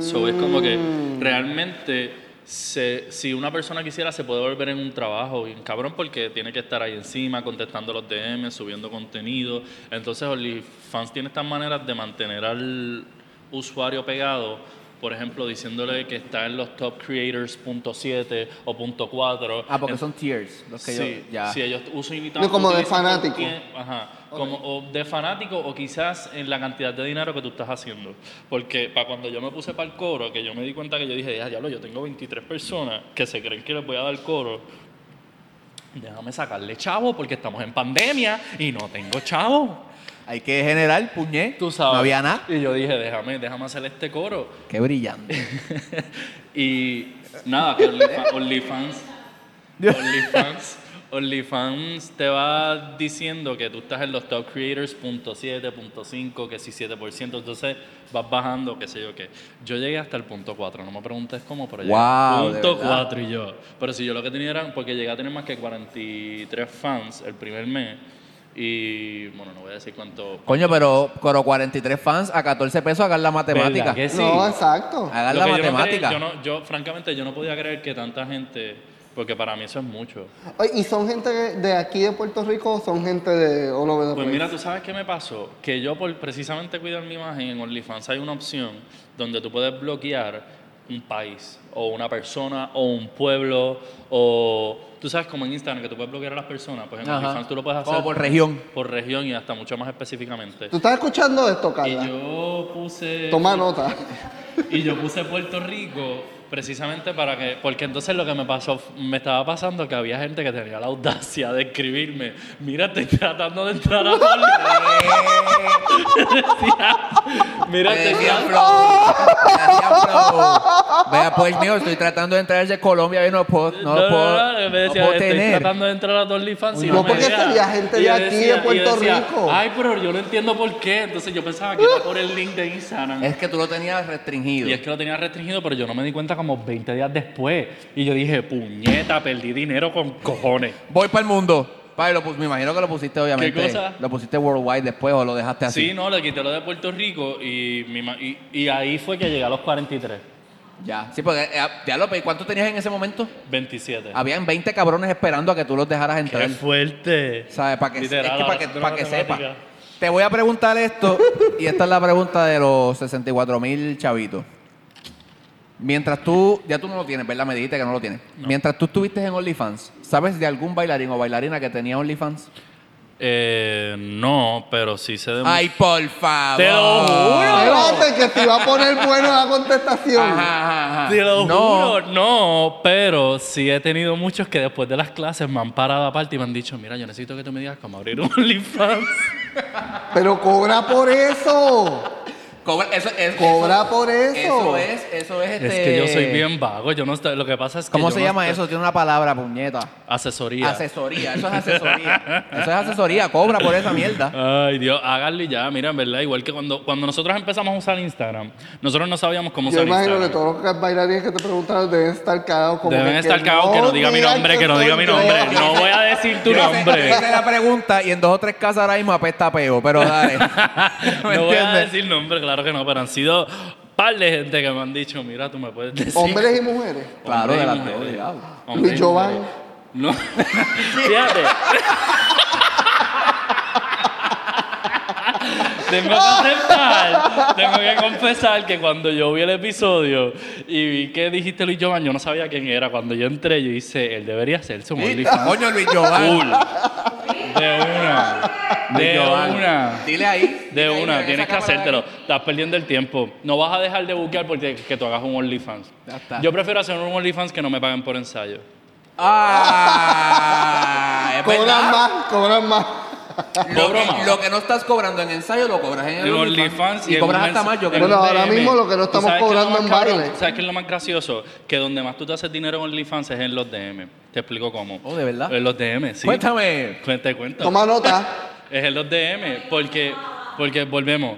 So, es como que
Mm.
realmente, se- si una persona quisiera, se puede volver en un trabajo bien cabrón porque tiene que estar ahí encima, contestando los DM, subiendo contenido. Entonces, OnlyFans tiene estas maneras de mantener al usuario pegado. Por ejemplo, diciéndole que está en los top creators punto .7 o punto .4.
Ah, porque
En-
son tiers. Los que
Em, sí,
yo. Ya.
sí, ellos usan imitan-
No, como de
utilizan
fanático.
quien- ajá, como o de fanático o quizás en la cantidad de dinero que tú estás haciendo. Porque para cuando yo me puse para el coro, que yo me di cuenta que yo dije, ya diablo, yo tengo 23 personas que se creen que les voy a dar coro. Déjame sacarle chavo porque estamos en pandemia y no tengo chavo.
Hay que generar, puñé.
Tú sabes.
No había nada.
Y yo dije, déjame, déjame hacer este coro.
Qué brillante.
<laughs> Y nada, que Onlyfa- OnlyFans. OnlyFans. OnlyFans te va diciendo que tú estás en los top creators, punto siete, punto cinco, que si 7%, entonces vas bajando, qué sé yo qué. Yo llegué hasta el punto 4, no me preguntes cómo, pero llegué.
Wow, de
punto
verdad.
4 y yo. Pero si yo lo que tenía era, porque llegué a tener más que 43 fans el primer mes, y bueno, no voy a decir cuánto.
Coño, pero, pero 43 fans a 14 pesos hagan la matemática.
¿Verdad que sí?
No, exacto.
Hagan
Lo
la
que yo no
matemática.
creí- yo, no- yo, francamente, yo no podía creer que tanta gente, porque para mí eso es mucho.
Oye, ¿Y son gente de- de aquí de Puerto Rico o son gente de all over the
Pues
place?
mira, tú sabes qué me pasó, que yo por precisamente cuidar mi imagen en OnlyFans hay una opción donde tú puedes bloquear un país o una persona o un pueblo o tú sabes como en Instagram que tú puedes bloquear a las personas, pues en
Ajá.
OnlyFans tú lo puedes hacer
Como por región. <laughs>
por región y hasta mucho más específicamente.
¿Tú estás escuchando esto,
Y
Carla?
yo puse
Toma
<laughs>
nota.
Y yo puse Puerto Rico precisamente para que, porque entonces lo que me pasó, me estaba pasando que había gente que tenía la audacia de escribirme, mira, estoy tratando de entrar a OnlyFans.
Eh,
mira,
Me
estoy
decían,
tratando-
"Flo, me decían, "Flo, Vea, pues mío, estoy tratando de entrar desde Colombia y no puedo, no
No, no,
puedo,
no,
no
me decía,
puedo
estoy
tener.
tratando de entrar a OnlyFans y
No,
no, me
porque
deja.
sería gente
Y
de
yo
aquí, de
decía- y yo
Puerto
decía,
Rico.
Ay, pero yo no entiendo por qué. Entonces yo pensaba que era por el link de Instagram.
Es que tú lo tenías restringido.
Y es que lo tenía restringido, pero yo no me di cuenta como 20 días después. Y yo dije, puñeta, perdí dinero con cojones.
Voy para el mundo. Pa, y lo pus- me imagino que lo pusiste, obviamente.
cosa?
Lo pusiste worldwide después o lo dejaste así.
Sí, no, le quité lo de Puerto Rico y, mi ma- y, y ahí fue que llegué a los 43.
Ya. Sí, porque, eh, ya López, ¿cuánto tenías en ese momento?
27.
Habían 20 cabrones esperando a que tú los dejaras entrar.
pues. fuerte!
¿Sabes? Para que,
Literal,
es que
ahora
para que,
es una
para que sepa.
matemática.
Te voy a preguntar esto, y esta es la pregunta de los 64 mil chavitos. Mientras tú, ya tú no lo tienes, ¿verdad? Me dijiste que no lo tienes. Mientras tú estuviste en OnlyFans, ¿sabes de algún bailarín o bailarina que tenía OnlyFans?
Eh, no, pero sí se demostró.
Ay, por favor.
Em, Te lo juro.
Espérate, que te iba a poner bueno la contestación.
Ajá, ajá, ajá.
Te lo
No.
juro, no, pero sí he tenido muchos que después de las clases me han parado aparte y me han dicho, mira, yo necesito que tú me digas cómo abrir un <laughs> OnlyFans.
Pero cobra por eso.
Cobra, eso, es-
Cobra por eso.
Eso es, eso es este...
Es que yo soy bien vago, yo no estoy, lo que pasa es que
¿Cómo
yo
se
no
llama
estoy-
eso? Tiene una palabra, puñeta.
Asesoría.
Asesoría, eso es asesoría. <laughs> eso es asesoría, cobra por esa
<laughs>
mierda.
Ay, Dios, háganle ya, mira, en verdad, igual que cuando, cuando nosotros empezamos a usar Instagram, nosotros no sabíamos cómo
Yo
usar
imagino que
Instagram.
todos los bailarines que te preguntaron deben estar cagados como
Deben
que-
estar cagados que no diga mi
digan
nombre, que no
soy
diga mi
yo.
nombre. No voy a decir
<laughs>
tu
Yo no sé,
nombre.
Esa es la pregunta y en dos o tres casas ahora mismo apesta peo, pero
<laughs>
dale. ¿Me
No voy a
entiendes?
decir nombre, claro que no, pero han sido par de gente que me han dicho, mira, tú me puedes decir.
Hombres y mujeres.
Claro, de las
mujeres.
dos, diablo.
Hombres
Luis
y
Giovanni.
mujeres. No. Fíjate. Tengo que aceptar, tengo que confesar que cuando yo vi el episodio y vi que dijiste Luis Giovanni, yo no sabía quién era. Cuando yo entré, yo hice, él debería hacerse un
Sí,
OnlyFans.
Coño, Luis Giovanni.
Full. De una.
Luis
De
Giovanni.
una.
Dile ahí.
De
dile ahí,
una,
esa
tienes que
cámara de
hacértelo.
ahí.
Estás perdiendo el tiempo. No vas a dejar de buquear porque que tú hagas un OnlyFans.
Ya está.
Yo prefiero hacer un OnlyFans que no me paguen por ensayo.
Ah, es
Cobran
verdad.
más, cobran más.
Lo
Cobro
que,
más.
lo que no estás cobrando en ensayo lo cobras en el
En OnlyFans
y
en
cobras
un
hasta
ens-
más yo
en
creo.
Bueno,
un
ahora
DM.
mismo lo que no
¿Y
estamos
sabes qué es lo
cobrando
más
en
cabrón?
baile?
¿Sabes qué es lo más gracioso? Que donde más tú te haces dinero en OnlyFans es en los DM. Te explico cómo.
Oh, ¿de verdad?
En los DM, Eh, sí.
Cuéntame.
Cu- Te cuento.
Toma
<laughs>
nota.
Es en los DM, porque, porque volvemos.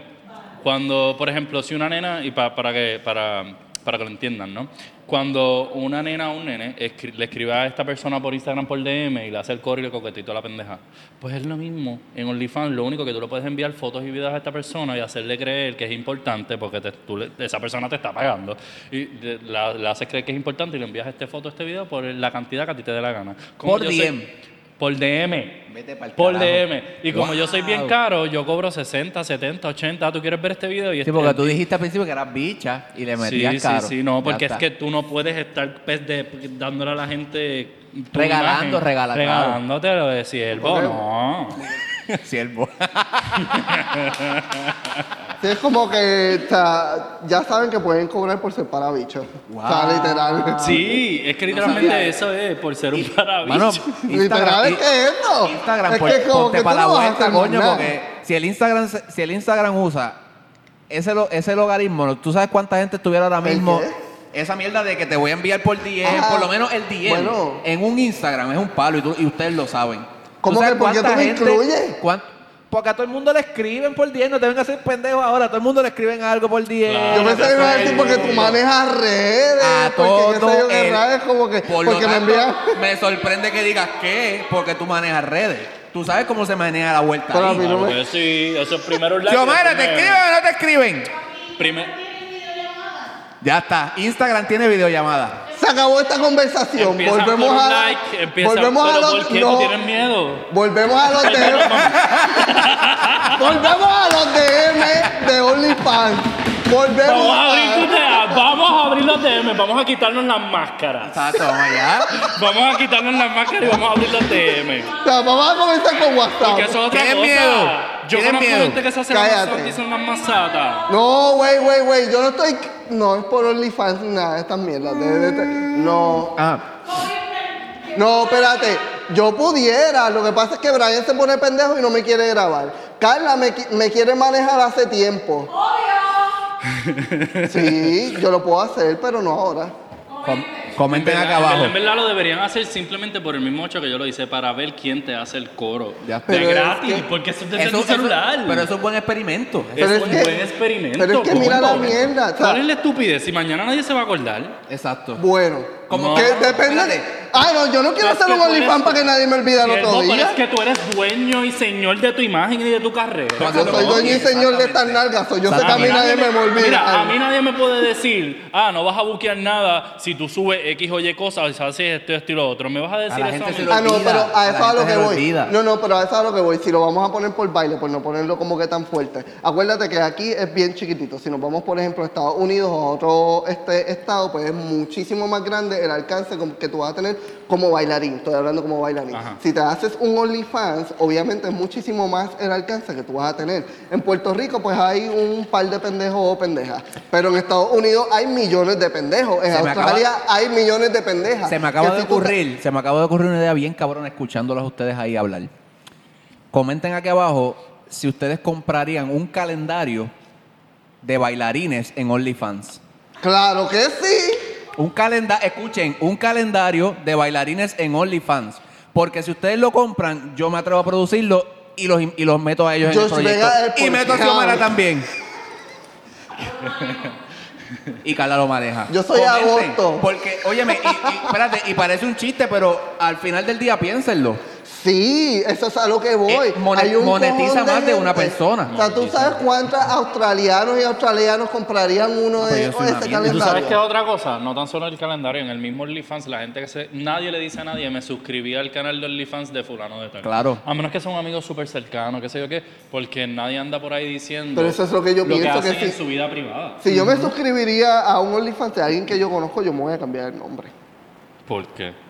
Cuando, por ejemplo, si una nena, y pa- para, que, para, para que lo entiendan, ¿no? Cuando una nena o un nene escri- le escribe a esta persona por Instagram por DM y le hace el correo y le coquetito a la pendeja, pues es lo mismo en OnlyFans. Lo único que tú le puedes enviar fotos y videos a esta persona y hacerle creer que es importante porque te- tú le- esa persona te está pagando. Y le- la, le haces creer que es importante y le envías este foto, este video por la cantidad que a ti te dé la gana. Como
Por
yo sé-
DM.
por DM.
Vete pa'l
Por
carajo.
DM. Y como yo soy bien
Wow.
caro, yo cobro 60, 70, 80. ¿Tú quieres ver este video? Y
Sí,
este-
porque tú dijiste al principio que eras bicha y le metías
sí,
caro.
sí, sí,
Ya
no, porque es
está.
que tú no puedes estar pues, de- dándole a la gente. tu
Regalando,
imagen.
regala, claro.
Regalándote lo de siervo,
Porque-
no.
<laughs> Siervo.
Sí, es como que o sea, ya saben que pueden cobrar por ser parabichos.
Wow.
O sea, literal.
Sí, es que literalmente eso es por ser un
Mano,
parabicho.
Literal,
Instagram,
¿qué es esto?
Instagram,
Es
pon-
que como
ponte
que tú
para la
no vas a
vuelta,
hacer
coño,
nada.
porque si el Instagram, se- si el Instagram usa ese, lo- ese logaritmo, ¿no? tú sabes cuánta gente estuviera ahora
¿El
mismo. Esa mierda de que te voy a enviar por DM,
Ajá.
por lo menos el DM,
Bueno.
en un Instagram es un palo y, tú- y ustedes lo saben.
¿Cómo
sabes
que? ¿Por qué
cuánta
tú me incluyes?
cuán- porque a todo el mundo le escriben por DM, no te vengas a ser pendejo ahora, a todo el mundo le escriben algo por DM.
Claro.
Yo pensé que iba a decir porque tú manejas redes,
A
porque qué sé yo
todo
qué
el-
rayos, como que
Por lo
porque me
tanto,
envían.
me sorprende que digas que porque tú manejas redes. Tú sabes cómo se maneja la vuelta.
Pero a
ahí.
mí no
Claro
me-
que sí, eso es primero un like.
Xiomara,
después
¿te
me-
escriben o no te escriben?
primer-
Ya está. Instagram tiene videollamada.
Se acabó esta conversación.
empiezan
volvemos
por un
a
like, empiezan-
volvemos a
pero
los
¿por qué
no,
tú tienes miedo?
volvemos a los
<laughs>
DM. volvemos a los DM de OnlyFans. Volvemos
Vamos a
a-
abrir tu tea- vamos a abrir los DM, vamos a quitarnos las máscaras.
Exacto, vamos
<laughs>
allá.
Vamos a quitarnos las máscaras y vamos a abrir los DM.
O sea, vamos a comenzar con
Porque
WhatsApp.
eso es otra
Tienen
cosa.
miedo,
Yo
tienen
conozco
miedo.
gente que se hace
Cállate.
las masatas y son las masatas.
No, wey, wey, wey, yo no estoy. No, es por OnlyFans ni nada, estas mierdas. de- de- de- no,
Ah,
no, espérate. Yo pudiera, lo que pasa es que Brian se pone pendejo y no me quiere grabar. Carla me, qui- me quiere manejar hace tiempo. Sí, yo lo puedo hacer, pero no ahora.
com- comenten
En
acá
verdad-
abajo.
En verdad lo deberían hacer simplemente por el mismo hecho que yo lo hice, para ver quién te hace el coro.
Ya está.
De
Pero es
gratis,
que-
porque eso es desde
Eso-
tu
eso-
celular.
pero eso es un buen experimento.
Pero
es
es
un
que-
buen experimento.
pero es que mira la
coño.
mierda, o sea-
¿Cuál es la estupidez? Si mañana nadie se va a acordar.
Exacto.
Bueno,
como
No.
que-
Que depende de. Ah, no, yo no quiero
Es
hacer
que
un
tú eres-
OnlyFans para que nadie me olvide al
Siervo,
otro
pero es
día.
que tú eres dueño y señor de tu imagen y de tu carrera.
Yo soy dueño y señor de estas
Exactamente.
nalgas, soy yo sé que a
A
mí
mí
nadie Este me olvida.
Mira, a mí nadie me puede decir, ah, no vas a buquear nada si tú subes X o Y cosas, haces esto, esto y lo otro. Me vas a decir
la
eso
gente
a
se
mí?
lo-
Ah, no,
olvida,
pero
a
a eso
la
es a lo
gente
que
se le
voy.
olvida.
No, no, pero a eso es a lo que voy. Si lo vamos a poner por baile, por no ponerlo como que tan fuerte. Acuérdate que aquí es bien chiquitito. Si nos vamos, por ejemplo, a Estados Unidos o a otro este estado, pues es muchísimo más grande el alcance como- que tú vas a tener como bailarín. Estoy hablando como bailarín.
Ajá.
Si te haces un OnlyFans, obviamente es muchísimo más el alcance que tú vas a tener. En Puerto Rico, pues hay un par de pendejos o pendejas. Pero en Estados Unidos hay millones de pendejos. En
Se me acaba-
Australia hay millones de pendejas.
Se me acaba
Que
de
si tú te-
ocurrir, se me acaba de ocurrir una idea bien cabrona escuchándolos a ustedes ahí hablar. Comenten aquí abajo si ustedes comprarían un calendario de bailarines en OnlyFans.
Claro que sí.
Un calendario, escuchen, un calendario de bailarines en OnlyFans. Porque si ustedes lo compran, yo me atrevo a producirlo y los, y los meto a ellos en el
Josh
proyecto.
Vega es
y meto a
porcado.
Xiomara también. y Carla lo maneja.
Yo soy agosto.
Porque, óyeme, y, y- espérate, y parece un chiste, pero al final del día piénsenlo.
Sí, eso es a lo que voy.
Eh, mone- monetiza
cojón
más de una
gente.
persona.
O sea, ¿tú
Monetiza.
sabes cuántos australianos y australianos comprarían uno
Ah, pero
de
yo
esos
soy una
ese
mierda.
¿Tú sabes qué es
calendario?
otra cosa? No tan solo el calendario, en el mismo OnlyFans, la gente que se... Nadie le dice a nadie, me suscribí al canal de OnlyFans de fulano de tal.
Claro.
A menos que sea un amigo súper cercano, qué sé yo qué, porque nadie anda por ahí diciendo
Pero eso es lo que yo
que
pienso que
hacen Mm. en
sí.
su vida privada.
Si yo me suscribiría a un OnlyFans de alguien que yo conozco, yo me voy a cambiar el nombre.
¿Por qué?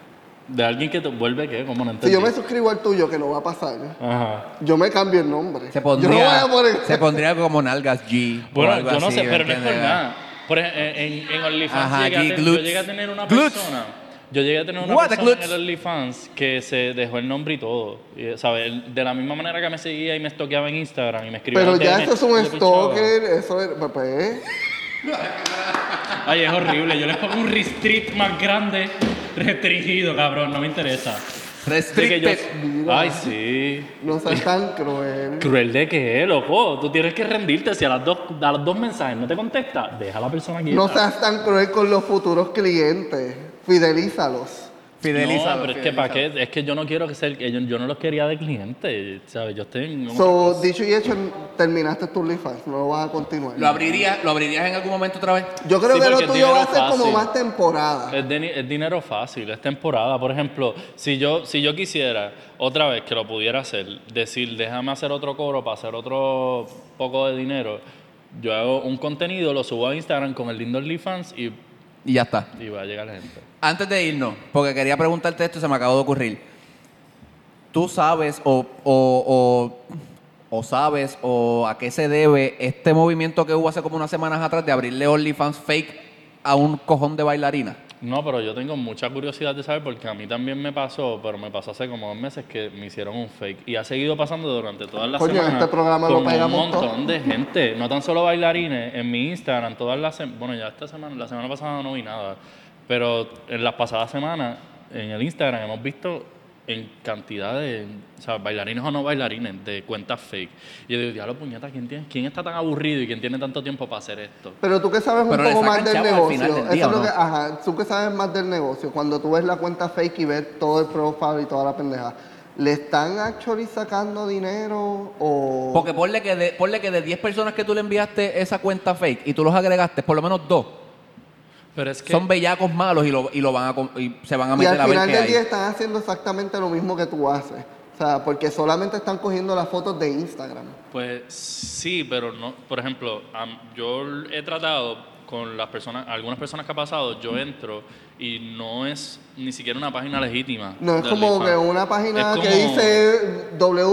¿De alguien que te vuelve qué? ¿Cómo no
Si
entendí?
yo me suscribo al tuyo, que no va a pasar,
Ajá.
yo me cambio el nombre.
Se
yo no voy
pondría,
a poner...
se pondría como nalgas G. o
Bueno,
algo
yo no
así,
sé,
¿me
pero no es por
entiendes?
nada. Por ejemplo, en, en OnlyFans
Ajá,
llegué a
aquí,
ten- yo
glutes.
llegué a tener una
Glutes.
persona. Yo llegué a tener una
What the
persona en
glutes?
el OnlyFans que se dejó el nombre y todo. Y, ¿sabes? Él- De la misma manera que me seguía y me estoqueaba en Instagram y me escribía.
Pero
"Te-
ya
me-
eso es
te
un
pichaba".
stalker, eso es... pues, pues,
Ay, es horrible. Yo les pongo un restrict más grande, restringido, cabrón. No me interesa. De que yo-
Restricted.
Ay, sí.
no seas tan cruel.
Cruel de que es, loco. Tú tienes que rendirte. Si a las dos, a los dos mensajes no te contesta, deja a la persona aquí.
No seas tan cruel con los futuros clientes. Fidelízalos.
Fidelízalo,
No, pero es que para qué, es que yo no quiero que ser, que yo, yo no los quería de cliente, ¿sabes? Yo estoy en un-
So, dicho y hecho, terminaste tu OnlyFans, no lo vas a continuar.
¿Lo abrirías, ¿Lo abrirías en algún momento otra vez?
Yo creo
Sí,
que lo
porque el
tuyo va a
dinero
ser como
fácil.
más temporada.
es, de- es dinero fácil, es temporada. Por ejemplo, si yo, si yo quisiera, otra vez que lo pudiera hacer, decir, déjame hacer otro coro para hacer otro poco de dinero, yo hago un contenido, lo subo a Instagram con el lindo OnlyFans y,
Y ya está.
y va a llegar la gente.
Antes de irnos, porque quería preguntarte esto y se me acabó de ocurrir. ¿Tú sabes o, o- o- o sabes o a qué se debe este movimiento que hubo hace como unas semanas atrás de abrirle OnlyFans fake a un cojón de bailarina?
No, pero yo tengo mucha curiosidad de saber porque a mí también me pasó, pero me pasó hace como dos meses que me hicieron un fake. Y ha seguido pasando durante todas las
Coño,
semanas.
este programa lo
con un
pagamos
montón de gente. No tan solo bailarines. En mi Instagram, todas las semanas. Bueno, ya esta semana, la semana pasada no vi nada. Pero en las pasadas semanas, en el Instagram, hemos visto en cantidad de o sea, bailarines o no bailarines de cuentas fake. Y yo digo, diablo, puñeta, ¿quién, tiene, ¿quién está tan aburrido y quién tiene tanto tiempo para hacer esto?
Pero tú que sabes un
Pero le
poco más
sacan
del
chavo al
negocio,
final del
eso
día,
es lo
¿o
que,
no?
ajá, tú que sabes más del negocio, cuando tú ves la cuenta fake y ves todo el profile y toda la pendeja, ¿le están actually sacando dinero o...?
Porque ponle que, de, ponle que de 10 personas que tú le enviaste esa cuenta fake y tú los agregaste, por lo menos dos
Pero es que.
son bellacos malos y lo, y lo van a, com- y se van a
y
meter
al
a ver
final
qué
del día
hay.
están haciendo exactamente lo mismo que tú haces. O sea, porque solamente están cogiendo las fotos de Instagram.
Pues sí, pero no. Por ejemplo, am- yo l- he tratado con las personas, algunas personas que ha pasado, yo entro y no es ni siquiera una página legítima.
No es
de
como
OnlyFans.
que una página
Es
que
como-
dice
es como si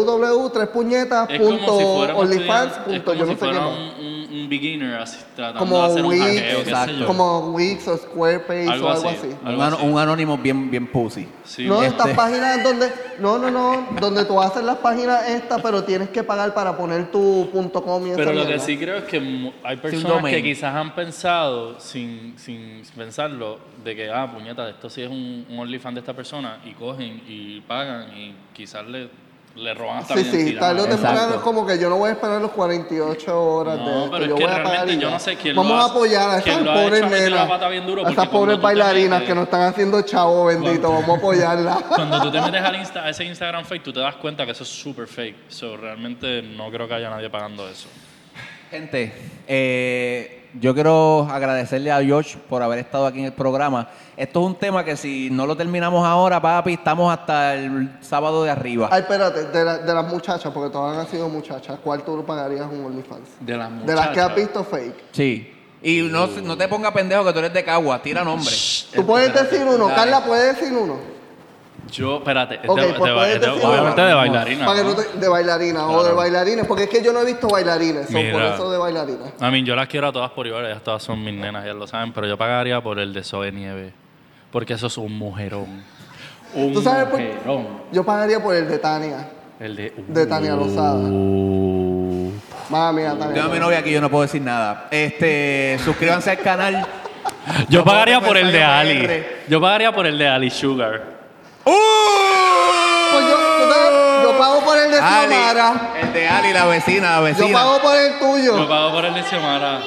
fuera un
www.onlyfans.
estudiante- es
punto
como
yo no sé
si
qué
fuera
más.
un, un- un beginner así, tratando de
Como
hacer un
Wix,
hackeo, qué sé yo.
como Wix o Squarepace
Algo
o algo
así.
así.
Un,
Algo
ano-
así.
un anónimo bien, bien pussy.
Sí,
no,
bueno.
estas
Este-
páginas donde, no, no, no, donde tú haces las páginas estas, pero tienes que pagar para poner tu punto .com y esa
Pero lo que
mierda.
sí creo es que mu- hay personas que
domain.
quizás han pensado, sin, sin pensarlo, de que, ah, puñeta, esto sí es un, un OnlyFans de esta persona, y cogen y pagan y quizás le le roban hasta
Sí,
la
sí,
identidad.
tarde o
mano.
temprano
Exacto.
es como que yo no voy a esperar los 48 horas
No,
de esto.
pero es
yo
que
voy a pagar
realmente
y
yo
ya.
no sé quién lo
Vamos a
hace.
apoyar a
Quién
estas
lo ha hecho,
pobres
ha metido la
nenas,
pata bien duro,
a
porque
estas
cuando
pobres
tú te
bailarinas
metes-
que nos están haciendo chavo, bendito. Vamos a apoyarlas.
Cuando tú te metes al Insta, a ese Instagram fake, tú te das cuenta que eso es súper fake. So, realmente no creo que haya nadie pagando eso.
Gente, eh, yo quiero agradecerle a George por haber estado aquí en el programa. Esto es un tema que si no lo terminamos ahora, papi, estamos hasta el sábado de arriba.
Ay, espérate, de, la- de las muchachas, porque todas han sido muchachas, ¿cuál tú pagarías un OnlyFans?
De las muchachas.
De las que has visto fake.
Sí. Y no, no te pongas pendejo que tú eres de Cagua, tira nombre.
Tú puedes decir uno,
Dale.
Carla puede decir uno.
Yo, espérate, es
Ok,
de-
pues
de-
puedes
es de-
decir
obviamente
ahora
de
mismo.
bailarina.
Para que no
¿no?
te- de bailarina o
Claro.
de bailarines, porque es que yo no he visto bailarines, son por
Mira.
eso de bailarina.
A mí, yo las quiero a todas por igual, ellas todas son mis nenas, ya lo saben, pero yo pagaría por el de Zoe Nieve, porque eso es un mujerón. Un
¿Tú sabes por-
mujerón.
Yo pagaría por el de Tania,
El de...
de Tania Lozada.
Uh.
Mami, a
Tengo a
Tania.
mi
Lozada.
novia aquí, yo no puedo decir nada. Este, suscríbanse al canal.
Yo pagaría por el de Ali.
PR.
Yo pagaría por el de Ali Sugar.
¡Uh!
Pues yo, tú sabes, yo pago por el de
Ali,
Samara.
el de Ali, la vecina, la
Yo
vecina.
pago por el
Yo
tuyo.
pago por el de Xiomara.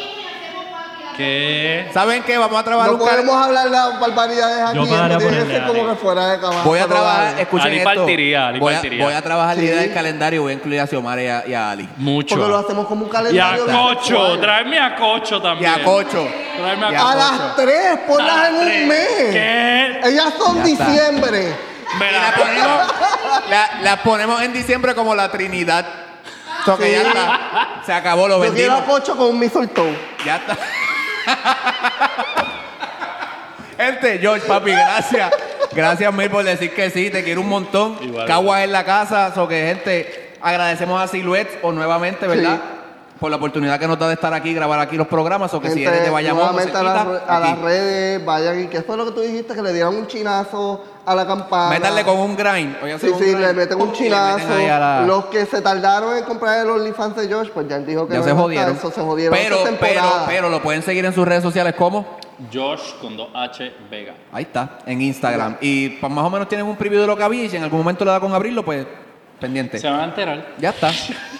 ¿Qué?
¿Saben qué? Vamos a trabajar
No
un canal.
podemos hablar las barbaridades
Yo
aquí.
pagaría
esto
por
Tiene
el
que
de
ser como
Ali.
que fuera de cámara.
Voy a
pero
trabajar,
vale.
escuchen
Ali
esto.
partiría, Ali
voy, a,
partiría.
voy a trabajar la idea
Sí.
del calendario y voy a incluir a Xiomara y a, y a Ali.
Mucho.
Porque lo hacemos como un
Y a
calendario. de
Cocho,
sexual.
tráeme a Cocho
Y
también.
a Cocho.
Tráeme a
Y
A
Cocho.
las tres, ponlas en
A las tres.
un mes.
¿Qué?
Ellas son
Ya está.
diciembre.
Me
Y la ponemos, la, la ponemos en diciembre como la Trinidad. So que
Sí.
ya está. Se acabó, lo
Yo quiero
vendimos.
a Cocho con un misultón.
Ya está. Gente, George, papi, gracias. Gracias mil por decir que sí, te quiero un montón.
Igual.
Cagua en la casa, so que gente, agradecemos a Silhouette o nuevamente, ¿verdad? Por la oportunidad que nos da de estar aquí, grabar aquí los programas, o que si eres de Bayamón, o
nuevamente a, las re-
cerquita,
a las
aquí.
redes, vayan y que fue lo que tú dijiste, que le dieran un chinazo a la campana.
Métanle con un grind. Voy a hacer
Sí,
un
sí,
grind.
le meten
Y
un chinazo.
meten ahí a la-
Los que se tardaron en comprar el OnlyFans de George, pues ya él dijo que
ya
no
se
importa,
jodieron.
Eso se jodieron.
Pero,
Esa es
pero,
temporada.
pero lo pueden seguir en sus redes sociales como.
Josh con 2H Vega.
Ahí está, en Instagram. Y pues, más o menos tienen un preview de lo que había y si en algún momento le da con abrirlo, pues pendiente.
Se van a enterar.
Ya está.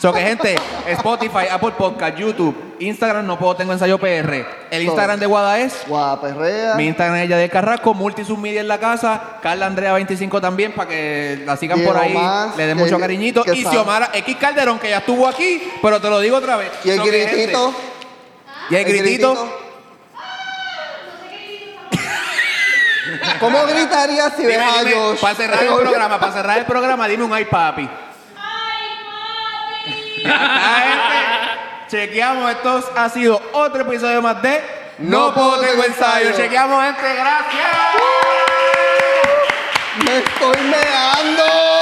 So que gente, Spotify, Apple Podcast, YouTube, Instagram, no puedo, tengo ensayo PR. El Instagram de Guada es.
Guaperrea.
Mi Instagram es Yadiel Carrasco, Multisubmedia en la casa, Carla Andrea 25 también, para que la sigan
Quiero
por ahí,
más,
le den
que-
mucho cariñito.
que
Y
sabe.
Xiomara X Calderón, que ya estuvo aquí, pero te lo digo otra vez.
Y el
So que, gente,
gritito.
Y el gritito. <laughs>
¿Cómo gritarías si ves
Dime,
a Josh?
para cerrar
<laughs>
el programa, para cerrar el programa, dime un ay papi. ¡Ay papi! Chequeamos, esto ha sido otro episodio más de No, puedo tengo ensayo. Chequeamos, gente, gracias.
¡Me estoy meando!